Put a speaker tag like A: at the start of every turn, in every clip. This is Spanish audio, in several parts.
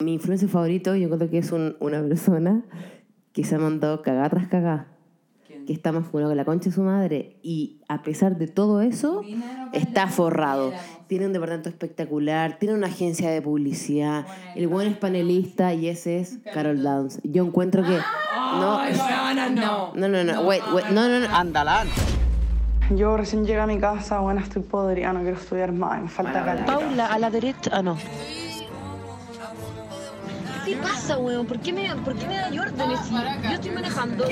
A: mi influencer favorito, yo creo que es un- una persona que se ha mandado cagá tras cagá,
B: ¿Quién?
A: que está más fumado que la concha de su madre, y a pesar de todo eso,
B: Dinero para
A: está
B: lo que
A: forrado.
B: quisiéramos.
A: Tiene un departamento espectacular, tiene una agencia de publicidad,
B: Bueno,
A: el buen es panelista y ese es Carol Downs. Yo encuentro que... No,
B: Ah, Ay,
A: es-
B: no, no,
A: no, no, no, wait, wait, no, no, no.
C: Andalán.
D: Yo recién llegué a mi casa, bueno, estoy podrida, no quiero estudiar más, me falta caleta.
E: Paula, a la derecha. Ah, no. ¿Qué te pasa, weón? ¿Por qué me, por qué me da órdenes? Si Yo estoy manejando.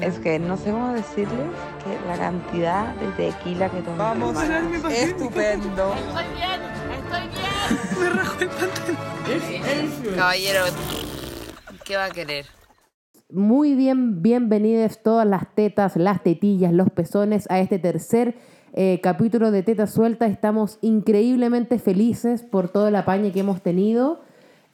F: Es que no sé cómo decirles que la cantidad de tequila que tomé. Vamos, estupendo.
E: Caballero, ¿qué va a querer?
A: Muy bien, bienvenidas todas las tetas, las tetillas, los pezones a este tercer eh, capítulo de Teta Suelta. Estamos increíblemente felices por todo el apañe que hemos tenido.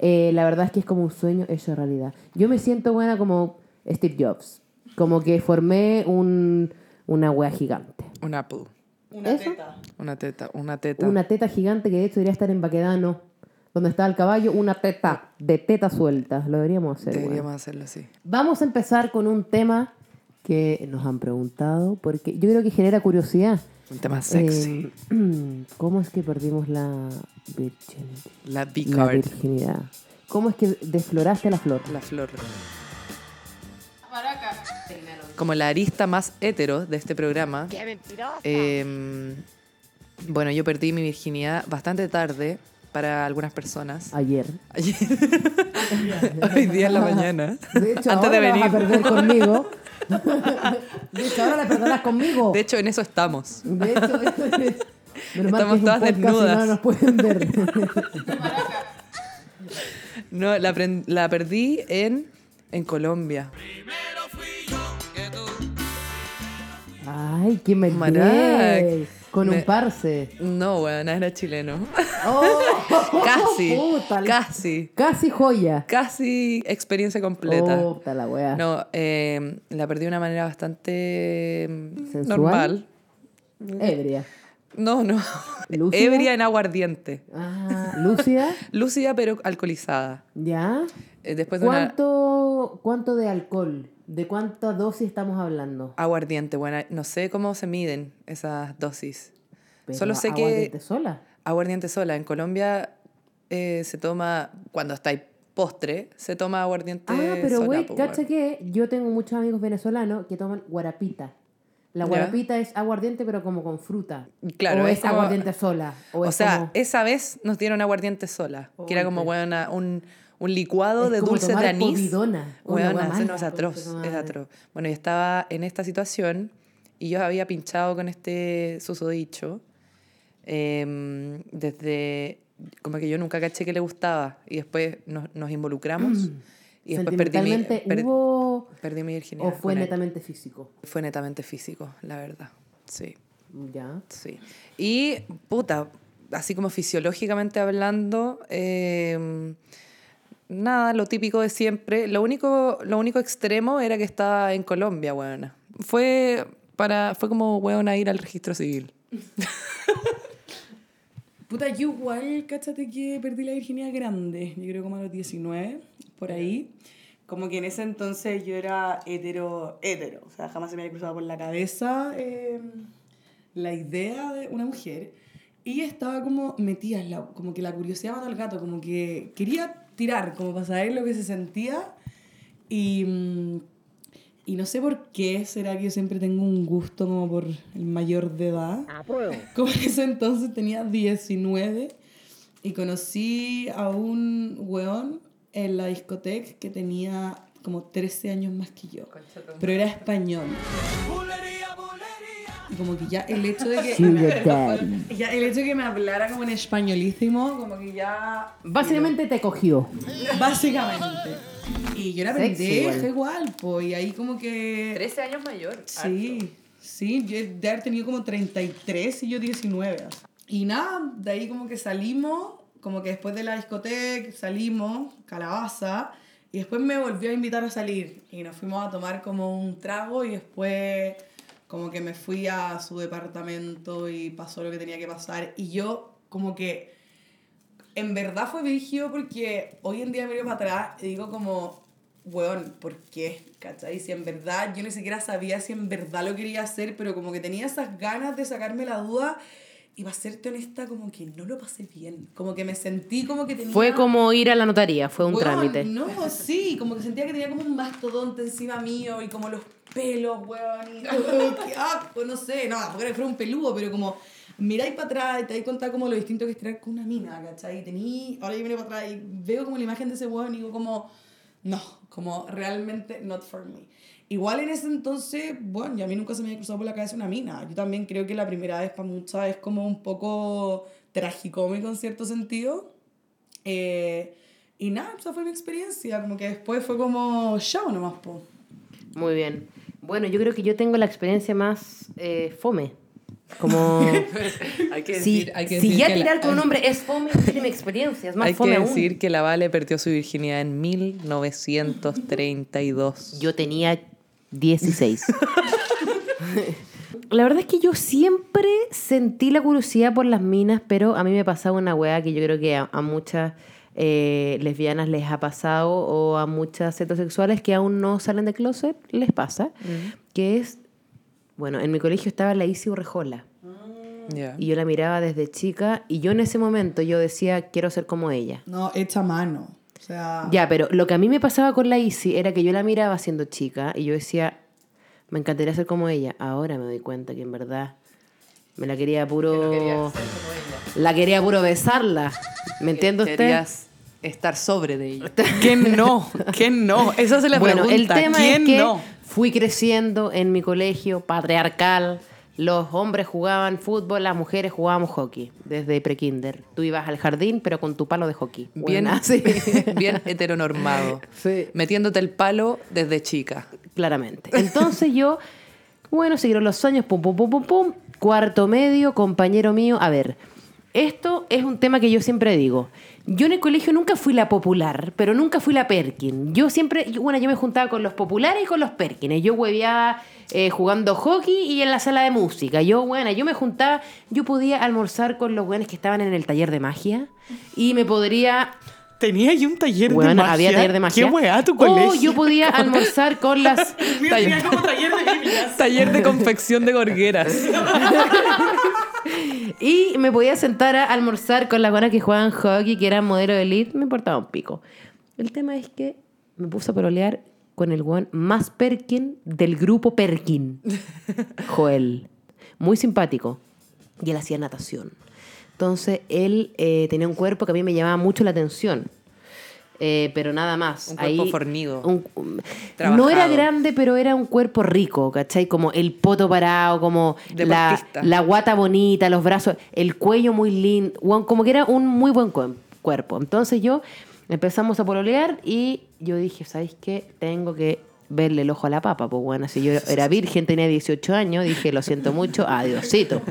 A: Eh, la verdad es que es como un sueño hecho realidad. Yo me siento buena como Steve Jobs, como que formé un, una wea gigante.
G: Un apple.
A: Una teta.
G: Una teta. Una teta.
A: Una teta gigante que de hecho debería estar en Baquedano, donde está el caballo, una teta de teta suelta. Lo deberíamos hacer. weón.
G: Deberíamos hacerlo así.
A: Vamos a empezar con un tema que nos han preguntado, porque yo creo que genera curiosidad.
G: Un tema sexy.
A: Eh, ¿Cómo es que perdimos la virginidad?
G: la
A: La
G: B-card.
A: virginidad. ¿Cómo es que desfloraste la flor?
G: La flor. Como la arista más hetero de este programa. eh, bueno, yo perdí mi virginidad bastante tarde para algunas personas.
A: Ayer.
G: Ayer. Hoy día en la mañana.
A: De hecho,
G: Antes de
A: ahora la vas a perder
G: venir.
A: conmigo. De hecho, ahora la perderás conmigo.
G: De hecho, en eso estamos.
A: De hecho, esto es- menos mal
G: Estamos
A: que es un podcast
G: todas
A: y
G: desnudas.
A: No nos pueden ver.
G: No, la, pren- la perdí en, en Colombia.
A: Ay, qué me
G: Marac.
A: Con un
G: Me-
A: parce.
G: No, bueno, era chileno.
A: Oh,
G: Casi,
A: puta, la-
G: casi.
A: Casi joya.
G: Casi experiencia completa.
A: Puta la wea.
G: No, eh, la perdí de una manera bastante mm,
A: ¿Sensual?
G: normal.
A: Ebria.
G: No, no.
A: ¿Lúcida?
G: Ebria en aguardiente.
A: Ah, lúcida.
G: Lúcida pero alcoholizada.
A: ¿Ya?
G: Eh, después de una
A: ¿Cuánto, ¿Cuánto de alcohol? ¿De cuánta dosis estamos hablando?
G: aguardiente, bueno, no sé cómo se miden esas dosis.
A: Pero
G: Solo sé
A: aguardiente
G: que
A: sola.
G: aguardiente sola. En Colombia eh, se toma, cuando está el postre, se toma aguardiente
A: Ah, pero
G: sola,
A: güey,
G: po,
A: cacha
G: weón.
A: que yo tengo muchos amigos venezolanos que toman guarapita. La
G: Ya.
A: guarapita es aguardiente pero como con fruta.
G: Claro,
A: o
G: es
A: es,
G: como-
A: aguardiente sola. O,
G: O,
A: es
G: sea,
A: como-
G: esa vez nos dieron aguardiente sola, que era como,
A: Oy,
G: weón, un, un licuado
A: Es
G: de
A: como
G: dulce de
A: tomar
G: anís.
A: povidona, una
G: Weón,
A: wea
G: eso no,
A: mala,
G: es atroz,
A: puta madre.
G: es atroz. Bueno, yo estaba en esta situación y yo había pinchado con este susodicho em, desde... Como que yo nunca caché que le gustaba y después nos, nos involucramos y después perdí mi,
A: Mm. Sentimentalmente,
G: per-
A: ¿hubo
G: perdí mi virginidad.
A: o fue
G: con él.
A: netamente físico?
G: Fue netamente físico, la verdad. Sí.
A: Ya.
G: Sí. Y, puta, así como fisiológicamente hablando, eh, nada, lo típico de siempre. Lo único, lo único extremo era que estaba en Colombia, weona. Fue, para, fue como, weona, ir al registro civil.
B: Puta, yo igual, cáchate que perdí la virginidad grande, yo creo como a los 19, por ahí. Como que en ese entonces yo era hetero, hetero, o sea, jamás se me había cruzado por la cabeza eh, la idea de una mujer. Y estaba como metida, en la- como que la curiosidad mató al gato, como que quería tirar, como para saber lo que se sentía. Y, mm, y no sé por qué será que yo siempre tengo un gusto como por el mayor de edad. Como en ese entonces tenía 19 y conocí a un weón en la discoteca que tenía como 13 años más que yo. Pero era español. Y como que ya el hecho de que...
A: Sugar daddy.
B: Ya el hecho de que me hablara como en españolísimo, como que ya
A: Básicamente te cogió.
B: Básicamente. Y yo era
A: Sexy,
B: pendeja
A: igual.
B: igual, po. Y ahí como que...
G: 13 años mayor.
B: Sí, sí. Yo de haber tenido como 33 y yo 19. así. Y nada, de ahí como que salimos, como que después de la discoteca salimos, calabaza. Y después me volvió a invitar a salir. Y nos fuimos a tomar como un trago y después como que me fui a su departamento y pasó lo que tenía que pasar. Y yo como que en verdad fue dirigido porque hoy en día miro para atrás y digo como, weón, ¿por qué? ¿Cachai? Si en verdad, yo ni siquiera sabía si en verdad lo quería hacer, pero como que tenía esas ganas de sacarme la duda y para serte honesta, como que no lo pasé bien. Como que me sentí como que tenía...
A: Fue como ir a la notaría, fue un
B: Weón,
A: trámite.
B: No, sí, como que sentía que tenía como un mastodonte encima mío y como los pelos, weón, y oh, qué asco, no sé, no, tampoco era que fuera un peludo, pero como miráis para atrás y te dais cuenta como lo distinto que es tirar con una mina, ¿cachai? Y tení, ahora yo miro para atrás y veo como la imagen de ese weón y digo como, no, como realmente not for me. Igual en ese entonces, bueno, y a mí nunca se me había cruzado por la cabeza una mina. Yo también creo que la primera vez para muchas es como un poco tragicómico en cierto sentido. Eh, y nada, esa fue mi experiencia. Como que después fue como show nomás, po.
A: Muy bien. Bueno, yo creo que yo tengo la experiencia más eh, fome. Como
G: Hay que
A: si,
G: decir, hay que
A: si
G: decir
A: ya
G: que la-
A: tirar con un hombre es fome, tiene mi experiencia, es más
G: Hay
A: fome
G: que
A: aún.
G: decir que la Vale perdió su virginidad en 1932.
A: Yo tenía 16. la verdad es que yo siempre sentí la curiosidad por las minas, pero a mí me pasaba una weá que yo creo que a, a muchas eh, lesbianas les ha pasado o a muchas heterosexuales que aún no salen de closet les pasa,
G: Mm.
A: que es, bueno, en mi colegio estaba la Isi Urrejola.
G: Ya.
A: Y yo la miraba desde chica y yo en ese momento yo decía, quiero ser como ella.
B: No, hecha mano. O sea,
A: Ya, pero lo que a mí me pasaba con la Isi era que yo la miraba siendo chica y yo decía, me encantaría ser como ella. Ahora me doy cuenta que en verdad me la quería puro... La quería puro besarla. ¿Me entiende usted?
G: Querías estar sobre de ella. ¿Qué no? ¿Qué no? Esa se la
A: bueno,
G: pregunta.
A: el tema
G: ¿Quién
A: es que
G: no?
A: fui creciendo en mi colegio patriarcal. Los hombres jugaban fútbol, las mujeres jugábamos hockey desde prekinder. Tú ibas al jardín, pero con tu palo de hockey.
G: Bien,
A: Buena, sí.
G: bien heteronormado.
A: Sí.
G: Metiéndote el palo desde chica.
A: claramente. Entonces yo, bueno, siguieron los sueños, pum, pum, pum, pum, pum. Cuarto medio, compañero mío. A ver, esto es un tema que yo siempre digo. Yo en el colegio nunca fui la popular, pero nunca fui la Perkin. Yo siempre, yo- bueno, yo me juntaba con los populares y con los Perkins. Yo hueveaba eh, jugando hockey y en la sala de música. Yo, bueno, yo me juntaba, yo podía almorzar con los buenos que estaban en el taller de magia y me podría
C: Tenía ahí un taller de
A: Weona,
C: magia.
A: había taller de magia.
C: Qué weá tu
A: O
C: colegio.
A: yo podía almorzar con las.
G: Taller,
B: como taller de Biblias.
G: taller de confección de gorgueras.
A: Y me podía sentar a almorzar con las buenas que jugaban hockey, que eran modelo de elite. Me importaba un pico. El tema es que me puse a parolear con el weón más Perkin del grupo Perkin. Joel. Muy simpático. Y él hacía natación. Entonces, él eh, tenía un cuerpo que a mí me llamaba mucho la atención. Eh, pero nada más.
G: Un cuerpo fornido.
A: un- un- no
G: Trabajado.
A: era grande, pero era un cuerpo rico, ¿cachai? Como el poto parado, como la,
G: Deportista.
A: la guata bonita, los brazos, el cuello muy lindo. Bueno, Como que era un muy buen cuen- cuerpo. Entonces yo empezamos a pololear y yo dije, ¿sabéis qué? Tengo que verle el ojo a la papa. Pues bueno, si yo era virgen, tenía 18 años, dije, lo siento mucho, adiosito.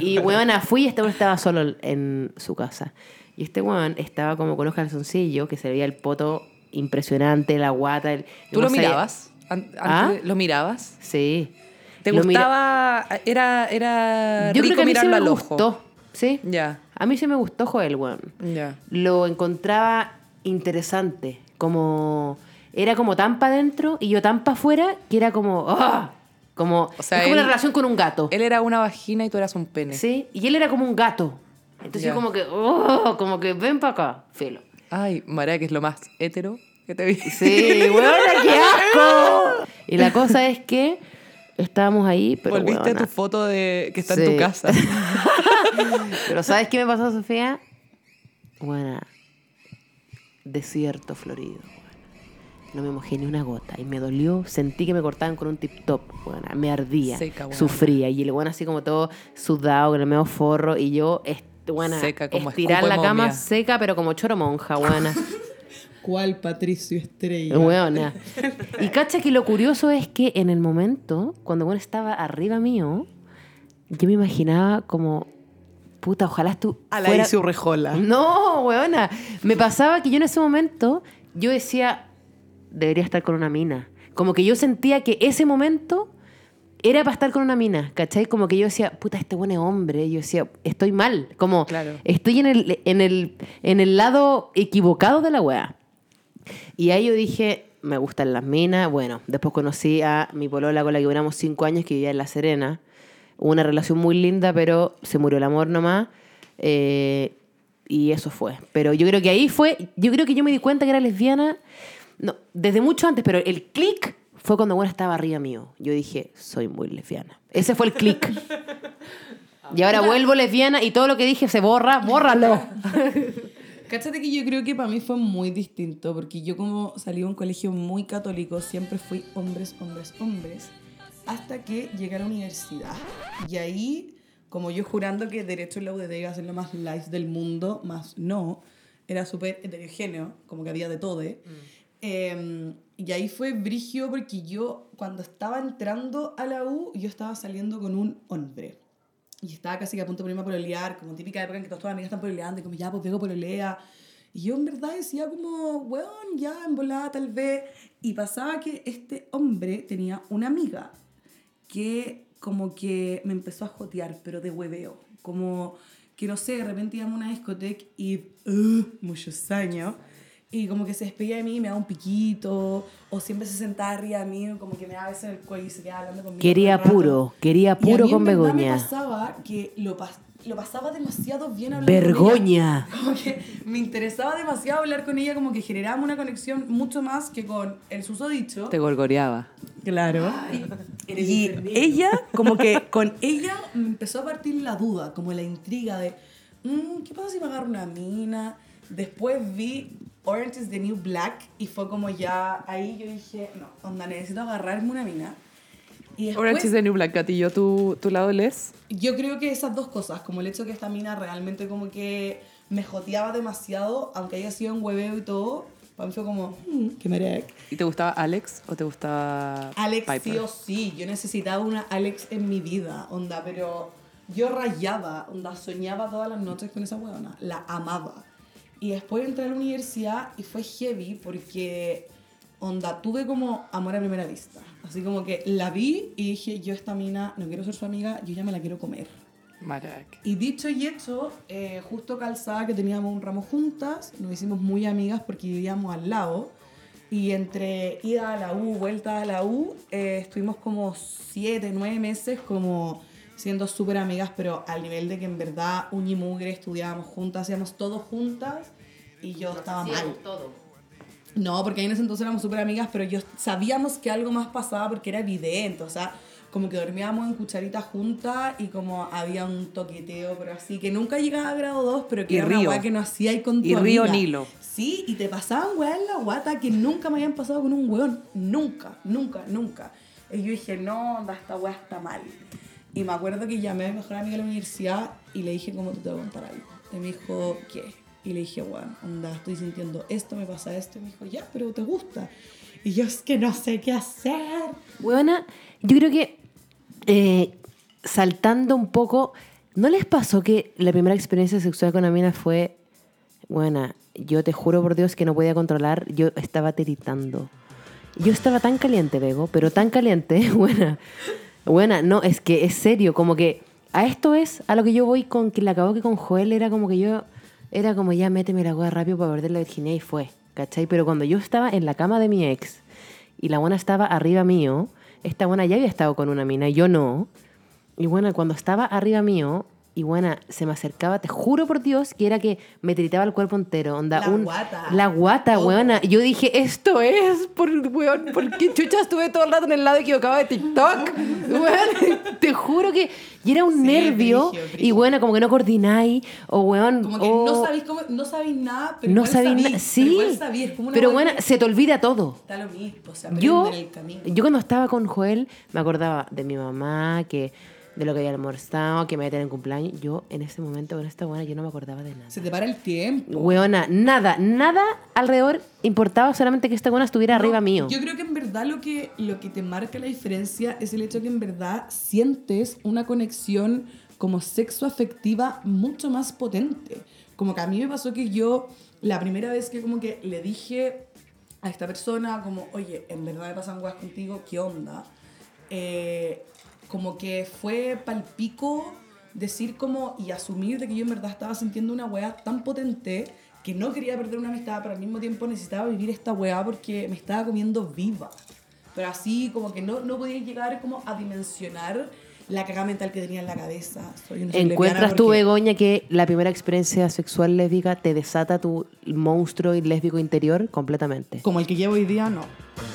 A: Y huevona, fui y este weón estaba solo en su casa. Y este weón estaba como con los calzoncillos, que se veía el poto impresionante, la guata. el-
G: ¿Tú
A: no
G: lo
A: sabía-
G: mirabas? An- antes
A: ¿Ah?
G: de- ¿Lo mirabas?
A: Sí.
G: ¿Te
A: Lo mira-
G: gustaba? Era, era
A: Yo
G: rico
A: creo que a mí se
G: mirarlo
A: me
G: al ojo.
A: gustó. Sí.
G: Ya,
A: A mí se me gustó Joel, weón.
G: ya.
A: Lo encontraba interesante. Como. Era como tan para adentro y yo tan para afuera que era como. ¡ah! Como,
G: O sea,
A: es como una
G: él-
A: relación con un gato.
G: Él era una vagina y tú eras un pene.
A: ¿sí? Y él era como un gato. Entonces
G: Ya.
A: yo como que, ¡oh! como que ven para acá, filo.
G: Ay, Marea, que es lo más hétero que te vi.
A: Sí, huevona, qué asco. Y la cosa es que estábamos ahí, pero
G: Volviste
A: huevona,
G: a tu foto de que está en
A: Sí.
G: tu casa.
A: Pero ¿sabes qué me pasó, Sofía? Bueno, desierto florido. weona. No me mojé ni una gota y me dolió. Sentí que me cortaban con un tip top. weona. me ardía,
G: Seca, weona.
A: sufría. Y el bueno así como todo sudado, con el medio forro. Y yo, est- weona,
G: Seca como
A: estirar
G: escupo de
A: la cama
G: momia.
A: seca, pero como choro monja, buena.
B: ¿Cuál Patricio Estrella?
A: Weona. Y cacha que lo curioso es que en el momento, cuando bueno estaba arriba mío, yo me imaginaba como, puta, ojalá tú.
C: A
A: fuera-
C: la Isi Urrejola.
A: No, weona. Me pasaba que yo en ese momento, yo decía, debería estar con una mina. Como que yo sentía que ese momento era para estar con una mina, ¿cachai? Como que yo decía, puta, este buen es hombre. Yo decía, estoy mal. Como,
G: Claro.
A: estoy en el, en, el, en el lado equivocado de la weá. Y ahí yo dije, me gustan las minas. Bueno, después conocí a mi polola con la que duramos cinco años, que vivía en La Serena. Hubo una relación muy linda, pero se murió el amor nomás. Eh, y eso fue. Pero yo creo que ahí fue, yo creo que yo me di cuenta que era lesbiana no, desde mucho antes, pero el click fue cuando bueno estaba arriba mío. Yo dije, soy muy lesbiana. Ese fue el click. Y ahora vuelvo lesbiana y todo lo que dije se borra, bórralo.
B: Cáchate que yo creo que para mí fue muy distinto, porque yo como salí de un colegio muy católico, siempre fui hombres, hombres, hombres, hasta que llegué a la universidad. Y ahí, como yo jurando que derecho en la UDD iba a ser lo más light del mundo, más no, era súper heterogéneo, como que había de todo. ¿eh? Eh, y ahí fue brigio porque yo, cuando estaba entrando a la U, yo estaba saliendo con un hombre. Y estaba casi que a punto de ponerme a pololear, como típica época en que todas tus amigas están pololeando, y como ya, pues vengo pololea. Y yo en verdad decía como, weón, ya, en volada tal vez. Y pasaba que este hombre tenía una amiga que como que me empezó a jotear, pero de hueveo. Como que no sé, de repente íbamos a una discoteca y ugh, muchos años. Y como que se despedía de mí y me daba un piquito, o siempre se sentaba arriba mío, como que me daba besos en el cuello y se quedaba hablando conmigo.
A: Quería
B: todo el rato.
A: puro, quería
B: Y a
A: puro
B: mí en
A: con
B: verdad
A: Begoña.
B: Me pasaba que lo, pas- lo pasaba demasiado bien hablando. con ella.
A: Vergoña.
B: Como que me interesaba demasiado hablar con ella, como que generábamos una conexión mucho más que con el susodicho.
G: Te gorgoreaba.
B: Claro. Y ella, como que con ella me empezó a partir la duda, como la intriga de, "Mm, ¿qué pasa si me agarro una mina? Después vi Orange is the New Black y fue como ya, ahí yo dije, no, onda, necesito agarrarme una mina. Y después,
G: Orange is the New Black, Gatillo, ¿tú, tú la lees?
B: yo creo que esas dos cosas, como el hecho que esta mina realmente como que me joteaba demasiado, aunque haya sido un hueveo y todo, para mí fue como, "Mm, qué merec.
G: ¿Y te gustaba Alex o te gustaba
B: Alex sí
G: Piper?
B: o sí, yo necesitaba una Alex en mi vida, onda, pero yo rayaba, onda, soñaba todas las noches con esa huevona, la amaba. Y después entré a la universidad y fue heavy porque, onda, tuve como amor a primera vista. Así como que la vi y dije, yo esta mina no quiero ser su amiga, yo ya me la quiero comer.
G: Marac.
B: Y dicho y hecho, eh, justo calzada que teníamos un ramo juntas, nos hicimos muy amigas porque vivíamos al lado. Y entre ida a la U, vuelta a la U, eh, estuvimos como siete, nueve meses como siendo súper amigas, pero al nivel de que en verdad uñi y mugre estudiábamos juntas, hacíamos todo juntas y yo estaba mal. No, porque ahí en ese entonces éramos súper amigas, pero yo sabíamos que algo más pasaba porque era evidente, o sea, como que dormíamos en cucharitas juntas y como había un toqueteo, pero así, que nunca llegaba a grado 2, pero que
G: Y
B: era una
G: río.
B: weá que no hacía ahí con tu
G: Y río
B: amiga.
G: Nilo.
B: Sí, y te pasaban weá en la guata que nunca me habían pasado con un weón, nunca, nunca, nunca. Y yo dije, no, onda, esta weá está mal. Y me acuerdo que llamé a mi mejor amiga de la universidad y le dije, ¿cómo te voy a contar algo? Y me dijo, ¿qué? Y le dije, bueno, onda, estoy sintiendo esto, me pasa esto. Y me dijo, ya, pero te gusta. Y yo, es que no sé qué hacer.
A: Huevona, yo creo que eh, saltando un poco, ¿no les pasó que la primera experiencia sexual con Amina fue, buena, yo te juro por Dios que no podía controlar, yo estaba tiritando. Yo estaba tan caliente, Bego, pero tan caliente, buena. Buena, no, es que es serio, como que a esto es a lo que yo voy con que la acabó que con Joel era como que yo era como ya méteme la hueá rápido para perder la virginidad y fue, ¿cachai? Pero cuando yo estaba en la cama de mi ex y la buena estaba arriba mío, esta buena ya había estado con una mina, yo no. Y bueno, cuando estaba arriba mío, y bueno, se me acercaba, te juro por Dios, que era que me tritaba el cuerpo entero. Onda,
B: La
A: un-
B: guata.
A: La guata,
B: Todo.
A: weona. Yo dije, esto es, por, weón, ¿por qué chucha estuve todo el rato en el lado equivocado de TikTok? Weón, te juro que. Y era un
B: Sí,
A: nervio,
B: brígido, brígido.
A: y bueno, como que no coordináis, o weón.
B: Como que
A: o-
B: no sabís cómo, no sabís nada, pero
A: Oh. no
B: igual
A: sabí
B: sabís,
A: na-
B: Pero
A: Sí,
B: igual sabís, es como una
A: pero
B: weá
A: bueno,
B: que
A: se te olvida todo.
B: Está lo mismo, o sea,
A: Yo,
B: en el camino.
A: yo cuando estaba con Joel me acordaba de mi mamá, que de lo que había almorzado, que me iba a tener en cumpleaños. Yo en ese momento con esta buena yo no me acordaba de nada.
B: Se te para el tiempo.
A: Weona, nada, nada alrededor importaba solamente que esta buena estuviera arriba
B: No,
A: mío.
B: Yo creo que en verdad lo que, lo que te marca la diferencia es el hecho que en verdad sientes una conexión como sexo afectiva mucho más potente. Como que a mí me pasó que yo, la primera vez que como que le dije a esta persona como, oye, en verdad me pasan guas contigo, ¿qué onda? Eh, como que fue palpico decir como y asumir de que yo en verdad estaba sintiendo una weá tan potente que no quería perder una amistad, pero al mismo tiempo necesitaba vivir esta weá porque me estaba comiendo viva. Pero así como que no, no podía llegar como a dimensionar la caga mental que tenía en la cabeza. Soy una
A: Encuentras
B: lesbiana
A: tú,
B: porque-
A: Begoña, que la primera experiencia sexual lésbica te desata tu monstruo y lésbico interior completamente.
B: Como el que llevo hoy día, no.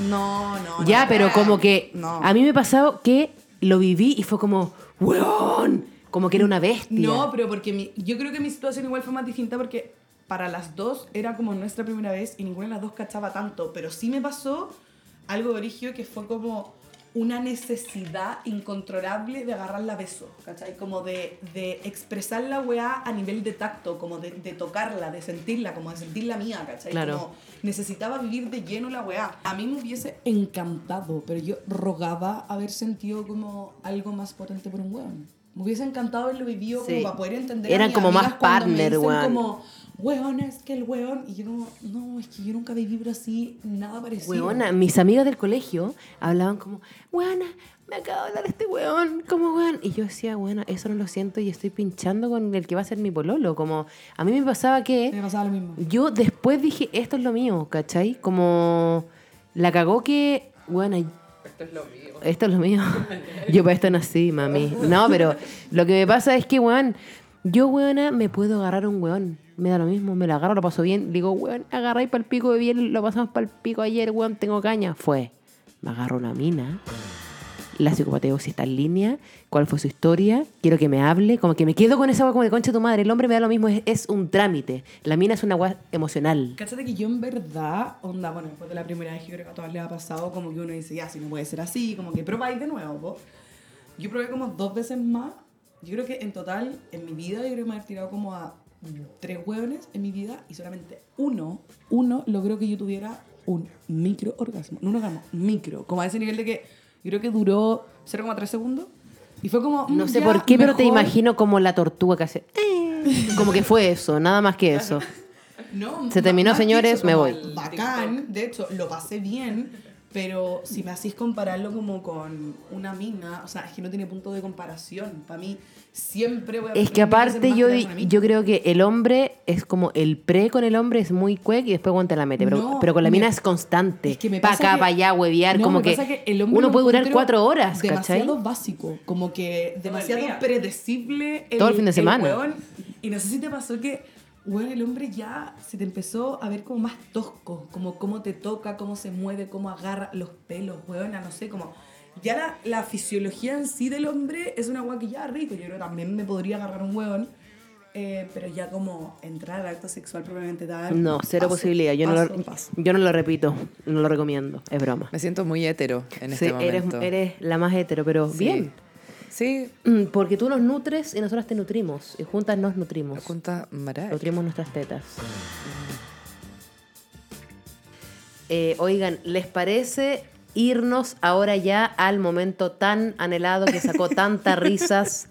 B: No, no. no.
A: Ya, pero como que
B: No.
A: a mí me pasado que lo viví y fue como, ¡weón! Como que era una bestia.
B: No, pero porque mi- yo creo que mi situación igual fue más distinta porque para las dos era como nuestra primera vez y ninguna de las dos cachaba tanto. Pero sí me pasó algo de origen que fue como una necesidad incontrolable de agarrarla a beso, ¿cachai? Como de, de expresar la weá a nivel de tacto, como de, de tocarla, de sentirla, como de sentirla mía, ¿cachai?
A: Claro.
B: Como necesitaba vivir de lleno la weá. A mí me hubiese encantado, pero yo rogaba haber sentido como algo más potente por un weón. Me hubiese encantado haberlo vivido
A: Sí.
B: como para poder entender. a
A: Eran
B: mis
A: como más
B: amigas cuando me
A: partner,
B: dicen
A: weón.
B: Como, weón, es que el weón. Y yo como, no, es que yo nunca viví pero así, nada parecido.
A: Weona, mis amigas del colegio hablaban como, weona, me acabo de dar este weón, como weón. Y yo decía, bueno, eso no lo siento y estoy pinchando con el que va a ser mi pololo. Como, a mí me pasaba que...
B: Me pasaba lo mismo.
A: Yo después dije, esto es lo mío, ¿cachai? Como la cagó que, bueno, esto es lo mío. yo para esto nací, mami. No, pero lo que me pasa es que, weón, yo, weona, me puedo agarrar a un weón. Me da lo mismo, me lo agarro, lo paso bien. Digo, weón, agarráis para el pico de bien, lo pasamos para el pico ayer, weón, tengo caña. Fue, me agarro una mina. La psicopateo si está en línea, cuál fue su historia, quiero que me hable, como que me quedo con esa agua como de concha de tu madre. El hombre me da lo mismo, es, es un trámite. La mina es una agua emocional.
B: Cáchate que yo en verdad, onda, bueno, después de la primera vez que creo que a todas les ha pasado, como que uno dice, ya, si no puede ser así, como que probáis de nuevo, po. Yo probé como dos veces más. Yo creo que en total, en mi vida, yo creo que me he tirado como a tres hueones en mi vida y solamente uno, uno logró que yo tuviera un micro orgasmo. No un orgasmo, micro. Como a ese nivel de que yo creo que duró 0,3 segundos. Y fue como. mm,
A: No sé
B: ya,
A: por qué, pero te
B: mejor.
A: imagino como la tortuga que hace. "Eh". Como que fue eso, nada más que eso.
B: No,
A: Se
B: ma-
A: terminó,
B: más que
A: señores,
B: eso,
A: me
B: como
A: voy.
B: Bacán, de hecho, lo pasé bien, pero si me hacís compararlo como con una mina, o sea, es que no tiene punto de comparación. Para mí, siempre voy a
A: Es que
B: preferir
A: aparte
B: ser más
A: yo,
B: grande
A: di-
B: que una mina.
A: yo creo que el hombre es como el pre con el hombre es muy cuec y después cuando te la mete. Pero,
B: No,
A: pero con la mina
B: me-
A: es constante.
B: Es que me
A: pa'
B: pasa
A: acá,
B: que-
A: para allá, huevear.
B: No,
A: como
B: me
A: que,
B: pasa el hombre
A: uno
B: lo
A: puede durar
B: encuentro
A: cuatro horas, ¿cachai?
B: demasiado básico, como que demasiado predecible.
A: Todo el fin de semana.
B: hueón. y no sé si te pasó que, bueno, el hombre ya se te empezó a ver como más tosco, como cómo te toca, cómo se mueve, cómo agarra los pelos, huevona, no sé, como... Ya la, la fisiología en sí del hombre es una hueá que ya rico, yo creo que también me podría agarrar un hueón. eh, pero ya como entrar al acto sexual probablemente tal.
A: No, cero
B: paso,
A: posibilidad. Yo, no
B: paso,
A: lo,
B: paso.
A: yo no lo repito, no lo recomiendo. Es broma.
G: Me siento muy hetero en
A: Sí,
G: este
A: eres,
G: momento.
A: eres la más hetero, pero
G: Sí.
A: bien.
G: Sí,
A: Mm, Porque tú nos nutres y nosotras te nutrimos. Y juntas nos nutrimos.
G: junta maravilla.
A: Nutrimos nuestras tetas. Eh, oigan, ¿les parece irnos ahora ya al momento tan anhelado que sacó tantas risas?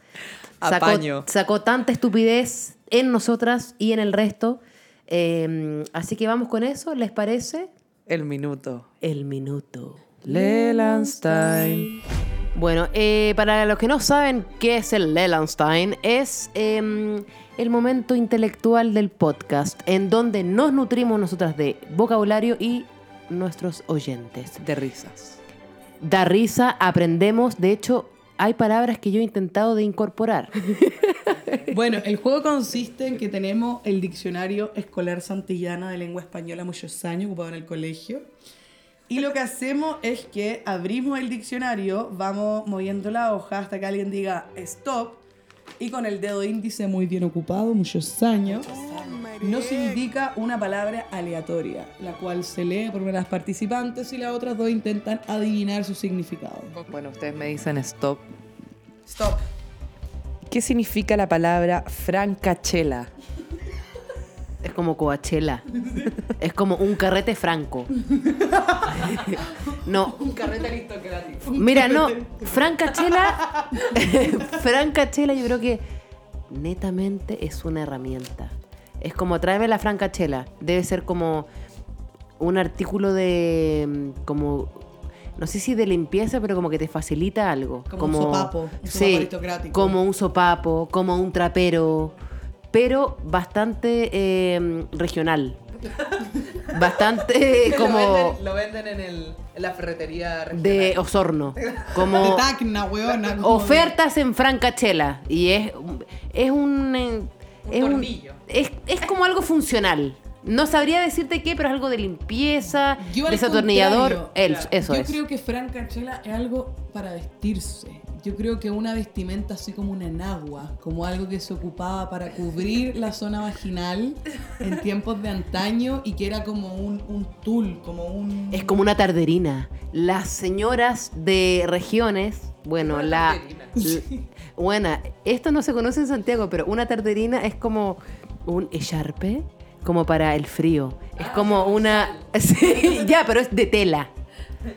G: Apaño.
A: Sacó, sacó tanta estupidez en nosotras y en el resto. Eh, así que vamos con eso, ¿les parece?
G: El minuto.
A: El minuto.
G: Lelandstein.
A: Bueno, eh, para los que no saben qué es el Lelandstein, es eh, el momento intelectual del podcast, en donde nos nutrimos nosotras de vocabulario y nuestros oyentes.
G: De risas.
A: Da risa, aprendemos, de hecho, hay palabras que yo he intentado de incorporar.
B: Bueno, el juego consiste en que tenemos el diccionario escolar santillana de lengua española muchos años ocupado en el colegio. Y lo que hacemos es que abrimos el diccionario, vamos moviendo la hoja hasta que alguien diga stop y con el dedo índice muy bien ocupado muchos años nos indica una palabra aleatoria, la cual se lee por una de las participantes y las otras dos intentan adivinar su significado.
G: Bueno, ustedes me dicen stop.
B: Stop.
G: ¿Qué significa la palabra francachela?
A: Es como Coachella. Es como un carrete franco. No. Un carrete aristocrático. Mira, no. Francachela. Francachela, yo creo que netamente es una herramienta. Es como tráeme la francachela. Debe ser como un artículo de. mm, como. no sé si de limpieza, pero como que te facilita algo.
B: Como un sopapo, un sopapo
A: sí,
B: aristocrático.
A: como un sopapo, como un trapero, pero bastante eh, regional. Bastante como
G: lo venden en, el, en la ferretería
A: de Osorno. Como
C: De Tacna, weona. como de-
A: ofertas en Francachela. Y es, es un. eh, es, un-
G: tornillo.
A: es, es como algo funcional. No sabría decirte qué, pero es algo de limpieza,
B: Yo al
A: desatornillador,
B: contrario,
A: elf, eso
B: yo
A: es.
B: creo que Francachela es algo para vestirse. Yo creo que una vestimenta así como una enagua, como algo que se ocupaba para cubrir la zona vaginal en tiempos de antaño y que era como un, un tul, como un...
A: Es como una tarderina. Las señoras de regiones, bueno, la... l- Buena, esto no se conoce en Santiago, pero una tarderina es como un echarpe, como para el frío. Es como una... Sí, ya, pero es de tela.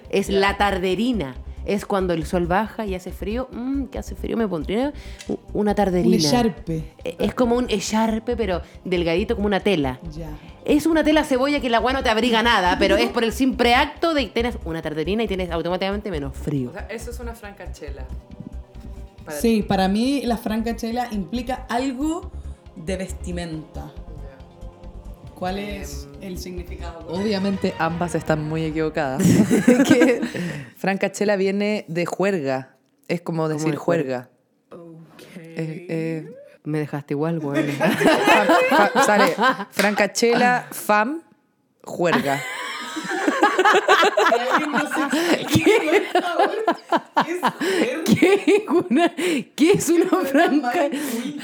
A: Es la tarderina. Es cuando el sol baja y hace frío. Mmm, que hace frío, me pondría u- una
B: Un
A: tarderina.
B: echarpe.
A: E- Es como un echarpe, pero delgadito como una tela.
B: Ya.
A: Es una tela cebolla que la agua no te abriga nada, pero es por el simple acto de que tienes una tarterina y tienes automáticamente menos frío.
G: eso es una francachela. Para
B: Sí, para mí la francachela implica algo de vestimenta. ¿Cuál es el significado?
G: Obviamente ambas están muy equivocadas. que francachela viene de juerga. Es como decir
A: de
G: juerga.
A: juerga?
G: Eh, eh,
A: Me dejaste igual, bueno.
G: fam- fa- sale francachela, fam, juerga.
A: ¿Qué, una- ¿Qué es una franca?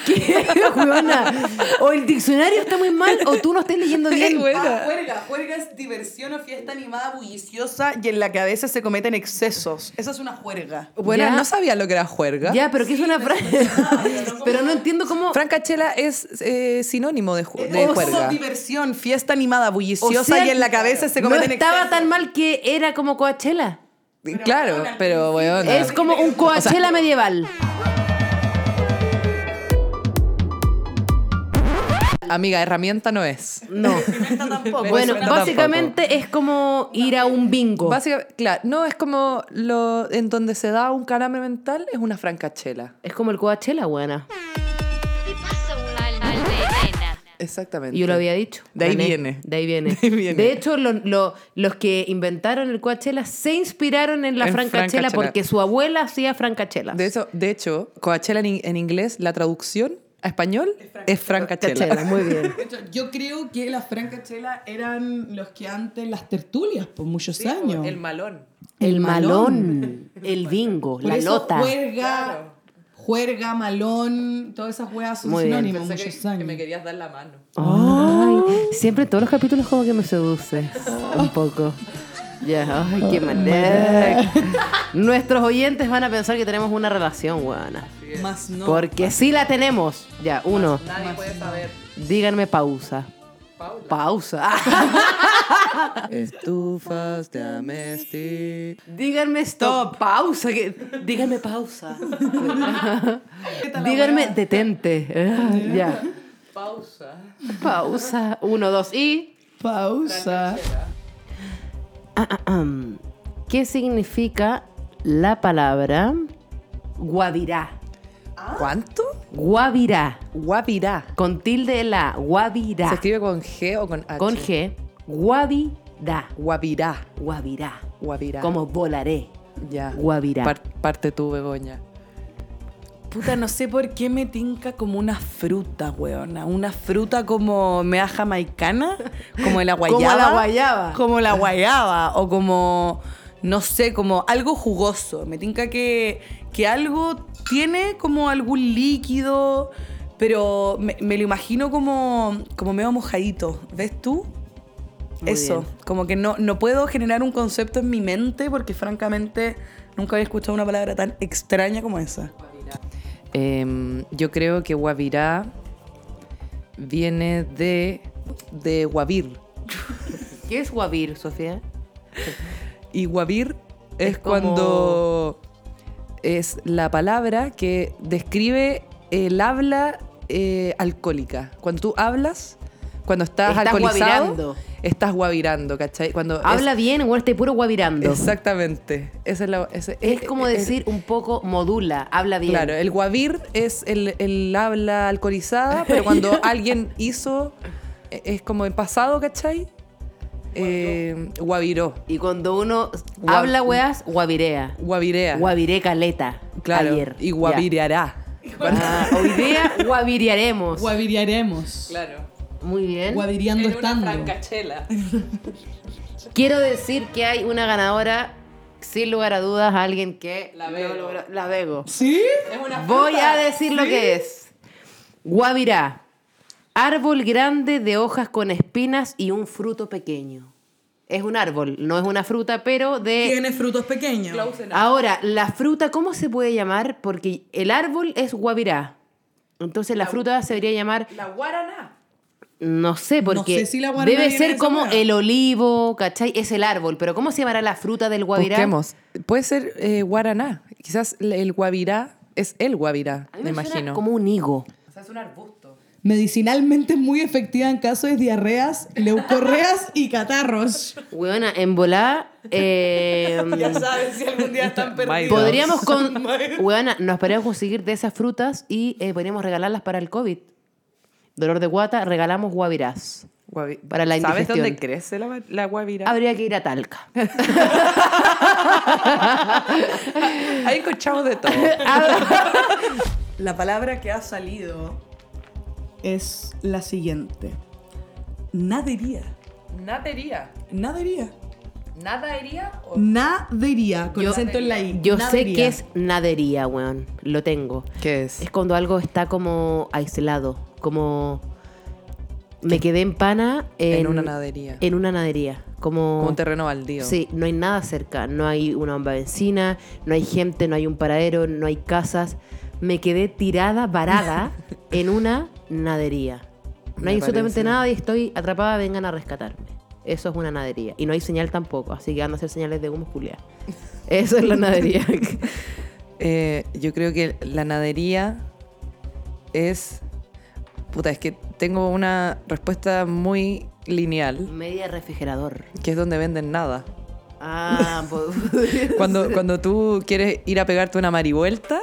A: ¿Qué, huevona? O el diccionario está muy mal o tú no estás leyendo bien.
B: Juerga, juerga es diversión o fiesta animada bulliciosa y en la que a veces se cometen excesos. Esa es una juerga.
G: Bueno,
A: Ya.
G: no sabía lo que era juerga.
A: Ya, pero ¿qué es una franca? Pero no entiendo cómo...
G: Francachela es eh, sinónimo de, ju- de
A: Oh,
B: Oso,
G: juerga.
B: diversión, fiesta animada
A: o
B: bulliciosa
A: sea,
B: y en la que a veces se
A: No
B: cometen
A: estaba
B: excesos.
A: tan mal que era como Coachella.
G: claro, pero bueno.
A: Es como un Coachella medieval.
G: Amiga, herramienta no es.
A: No. Bueno,
G: Pero
A: básicamente es como ir a un bingo.
G: Básicamente, claro, no es como lo en donde se da un calambre mental es una francachela.
A: Es como el Coachella, buena.
E: ¿Qué pasa una aldeana?
G: Exactamente.
A: Y yo lo había dicho.
G: De ahí
A: Gané.
G: viene.
A: De ahí viene.
G: De ahí viene.
A: De hecho, lo- lo- los que inventaron el Coachella se inspiraron en la
G: En
A: francachela
G: francachela.
A: porque su abuela hacía francachelas.
G: De eso, de hecho, Coachella en, in- en inglés, la traducción a español es francachela.
A: Francachela, muy bien.
B: De hecho, Yo creo que las francachela eran los que antes las tertulias por muchos años.
G: malón.
A: El malón, el bingo,
B: Por
A: la
B: eso
A: lota.
B: Juerga, juerga, malón, todas esas weas son
A: Muy bien.
B: sinónimos muchos años.
G: querías dar la mano. Oh.
A: Ay, siempre en todos los capítulos como que me seduces un poco. Ya, ay, qué manera. Nuestros oyentes van a pensar que tenemos una relación, buena.
B: Más no.
A: Porque sí la tenemos. Ya, uno.
G: Nadie puede saber.
A: Díganme pausa. Pausa.
G: Estufas de amesti.
A: Díganme stop. Pausa. que- Díganme pausa. Díganme detente. Ah, ya. Pausa. Pausa. Uno, dos y.
B: Pausa.
A: Ah, ah, am. ¿Qué significa la palabra guavirá?
G: ¿Cuánto?
A: Guavirá.
G: Guavirá.
A: Con tilde en la. A, Guavirá.
G: ¿Se escribe con G o con H?
A: Con G. Guavirá.
G: Guavirá.
A: Guavirá.
G: Guavirá.
A: Como volaré.
G: Ya.
A: Guavirá.
G: Par- parte tú, Begoña.
B: Puta, no sé por qué me tinca como una fruta, weona. Una fruta como mea jamaicana, como la guayaba.
A: Como la guayaba.
B: Como la guayaba, o como, no sé, como algo jugoso. Me tinca que, que algo tiene como algún líquido, pero me, me lo imagino como, como medio mojadito. ¿Ves tú?
A: Muy
B: Eso,
A: bien.
B: como que no, no puedo generar un concepto en mi mente porque francamente nunca había escuchado una palabra tan extraña como esa.
G: Em, yo creo que guavirá viene de, de guavir.
A: ¿Qué es guavir, Sofía?
G: Y guavir es,
A: Es como-
G: cuando es la palabra que describe el habla eh, alcohólica. Cuando tú hablas, cuando estás,
A: Estás
G: alcoholizado,
A: guavirando.
G: estás guavirando, ¿cachai? Cuando es-
A: Habla bien o este puro guavirando.
G: Exactamente. Esa es, la- ese-
A: Es
G: eh,
A: como
G: eh,
A: decir un poco modula, habla bien.
G: Claro, el guavir es el, el habla alcoholizada, pero cuando alguien hizo, eh, es como el pasado, ¿cachai? Eh, guaviró,
A: Y cuando uno
G: Gua-
A: habla weas, guavirea.
G: guavirea.
A: Guaviré caleta.
G: claro,
A: Ayer.
G: y
A: Ya.
G: guavireará.
A: Ah, hoy día guavirearemos.
C: Guaviriaremos.
G: Claro.
A: Muy bien.
C: Guaviriando estando.
A: Quiero decir que hay una ganadora, sin lugar a dudas, alguien que la
G: Vego.
A: La Vego.
C: ¿Sí?
A: Voy a decir lo que es. Guavirá. Árbol grande de hojas con espinas y un fruto pequeño. Es un árbol, no es una fruta, pero de...
B: Tiene frutos pequeños.
A: Ahora, la fruta, ¿cómo se puede llamar? Porque el árbol es guavirá. Entonces la fruta se debería llamar,
G: La guaraná.
A: no sé, porque
C: sé si la guaraná
A: debe
C: viene de
A: ser
C: esa
A: como
C: hueá.
A: el olivo, ¿cachai? Es el árbol, pero ¿cómo se llamará la fruta del guavirá?
G: Busquemos. Puede ser eh, guaraná. Quizás le- el guavirá es el guavirá,
A: A mí
G: me
A: suena
G: imagino.
A: Como un higo.
C: Medicinalmente es muy efectiva en casos de diarreas, leucorreas y catarros.
A: Weona, en volá. eh,
B: Ya saben si algún día están
G: Vaya.
B: perdidos.
A: podríamos con.
B: Madre.
A: Weona, nos podríamos conseguir de esas frutas y eh, podríamos regalarlas para el COVID. Dolor de guata, regalamos guavirás.
G: Guavi-
A: Para la
G: ¿Sabes
A: indigestión.
G: dónde crece la, la guavirá?
A: Habría que ir a Talca.
G: Ahí escuchamos de todo.
B: La palabra que ha salido es la siguiente. Nadería.
G: Nadería.
B: Nadería.
G: ¿Nadaería o
A: Mm.
B: Nadería. Con
A: Yo-
B: acento en la I.
A: Yo sé
B: Nadería.
A: que es nadería, weón. Lo tengo.
G: ¿Qué es?
A: Es cuando algo está como aislado. Como. Me quedé en pana. En,
G: En una nadería.
A: En una nadería. Como.
G: Como un terreno baldío.
A: Sí, no hay nada cerca. No hay una bomba de benzina, no hay gente, no hay un paradero, no hay casas. Me quedé tirada, varada, en una nadería. No
G: Me
A: hay absolutamente
G: parece.
A: nada y estoy atrapada, vengan a rescatarme. Eso es una nadería. Y no hay señal tampoco, así que van a hacer señales de humo culiá. Eso es la nadería.
G: Eh, yo creo que la nadería es. Puta, es que tengo una respuesta muy lineal,
A: Media refrigerador.
G: que es donde venden nada.
A: Ah, pues-
G: Cuando, cuando tú quieres ir a pegarte una marivuelta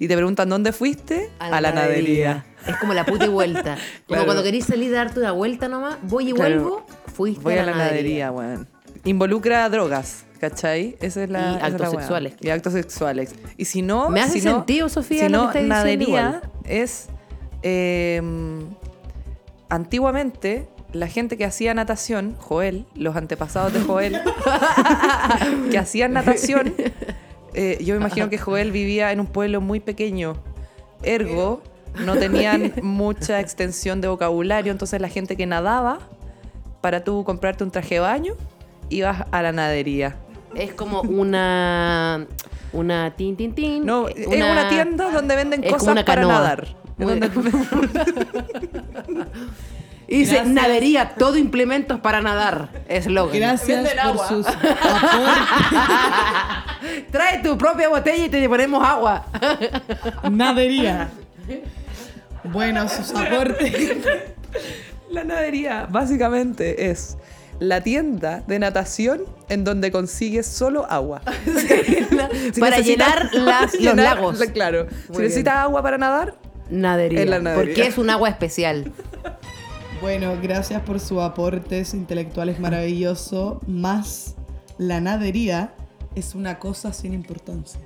G: y te preguntan dónde fuiste, a la, nadería.
A: Es como la puta y vuelta. Como
G: Claro.
A: cuando querís salir a darte una vuelta nomás, voy y
G: Claro.
A: vuelvo, fuiste
G: Voy a la nadería, weón. Involucra drogas, ¿cachai? Esa es la.
A: Y
G: esa es la
A: actos
G: weá.
A: sexuales.
G: Y actos sexuales. Y si no.
A: Me hace
G: Oh, si no-
A: sentido, Sofía,
G: Si
A: lo
G: no,
A: que estás diciendo
G: nadería
A: igual.
G: es. eh, antiguamente, la gente que hacía natación, Joel, los antepasados de Joel, que hacían natación. eh, yo me imagino que Joel vivía en un pueblo muy pequeño. Ergo, no tenían mucha extensión de vocabulario. Entonces, la gente que nadaba para tú comprarte un traje de baño, ibas a la nadería.
A: Es como una. Una tin, tin, tin.
G: No,
A: eh,
G: es una tienda donde venden
A: es como
G: cosas
A: una
G: para
A: canoa.
G: nadar. Es
A: Muy-
G: donde tú-
A: Y dice, nadería, todo implementos para nadar. Eslogan.
C: Gracias por sus aportes.
A: Trae tu propia botella y te ponemos agua.
C: Nadería. Bueno, sus aportes.
G: La nadería básicamente es la tienda de natación en donde consigues solo agua. Si
A: para
G: necesitas-
A: llenar las,
G: llenar-
A: los lagos.
G: Claro. si necesitas agua para nadar,
A: Nadería.
G: En la nadería.
A: Porque es un agua especial.
C: Bueno, gracias por sus aportes intelectuales maravilloso. Más la nadería es una cosa sin importancia.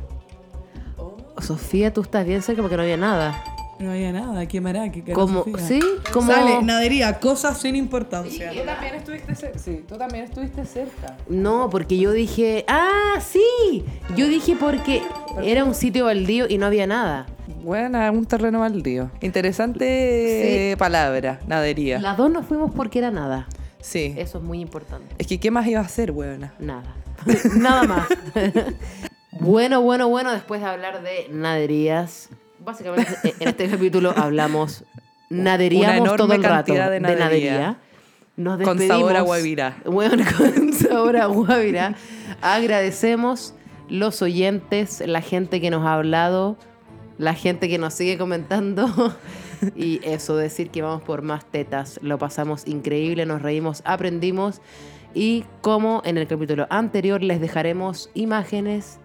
A: Sofía, tú estás bien cerca porque no había nada.
B: No había nada. ¿Qué mará? ¿Qué cara,
A: Como,
B: Sofía?
A: ¿sí? Como.
B: Sale, nadería, cosas sin importancia.
G: también estuviste cerca. Sí, tú también estuviste cerca.
A: No, porque yo dije, ah, sí. Yo dije porque era un sitio baldío y no había nada.
G: Bueno, un terreno baldío. Interesante eh, palabra, nadería.
A: Las dos nos fuimos porque era nada.
G: Sí.
A: Eso es muy importante.
G: Es que, ¿qué más iba a hacer, buena?
A: Nada. Nada más. bueno, bueno, bueno, después de hablar de naderías, básicamente eh, en este capítulo hablamos naderíamos
G: enorme
A: todo el rato
G: cantidad de
A: de nadería.
G: nadería.
A: Nos
G: Con
A: despedimos.
G: sabor a guavirá.
A: Bueno, con sabor a guavirá. Agradecemos los oyentes, la gente que nos ha hablado, la gente que nos sigue comentando. Y eso, decir que vamos por más tetas. Lo pasamos increíble, nos reímos, aprendimos. Y como en el capítulo anterior, les dejaremos imágenes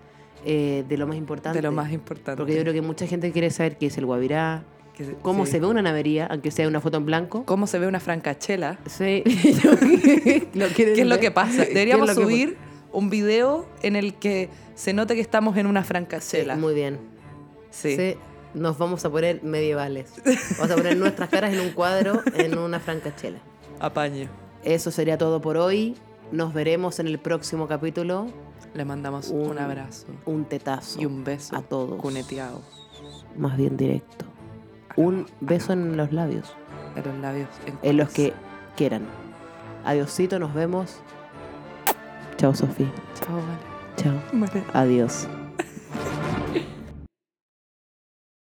A: eh, de lo más importante.
G: De lo más importante.
A: Porque yo creo que mucha gente quiere saber qué es el guavirá,
G: Que-
A: cómo
G: sí.
A: se ve una navería, aunque sea una foto en blanco.
G: cómo se ve una francachela.
A: Sí. Lo que-
G: ¿Qué es lo que pasa?
A: ¿Qué es
G: Deberíamos
A: lo que-
G: subir un video en el que se note que estamos en una
A: Sí,
G: francachela.
A: Eh, Muy bien.
G: Sí.
A: Sí, Nos vamos a poner medievales. Vamos a poner nuestras caras en un cuadro en una francachela.
G: Apañe.
A: Eso sería todo por hoy. Nos veremos en el próximo capítulo.
G: Le mandamos
A: Un-
G: un, abrazo
A: Un tetazo.
G: y un beso
A: a todos.
G: cuneteado
A: Más bien directo. Un beso en los labios.
G: en los labios.
A: En los que quieran. Adiosito, nos vemos. Chao, Sofía.
G: Chao, vale.
A: Chao.
G: Vale.
A: Adiós.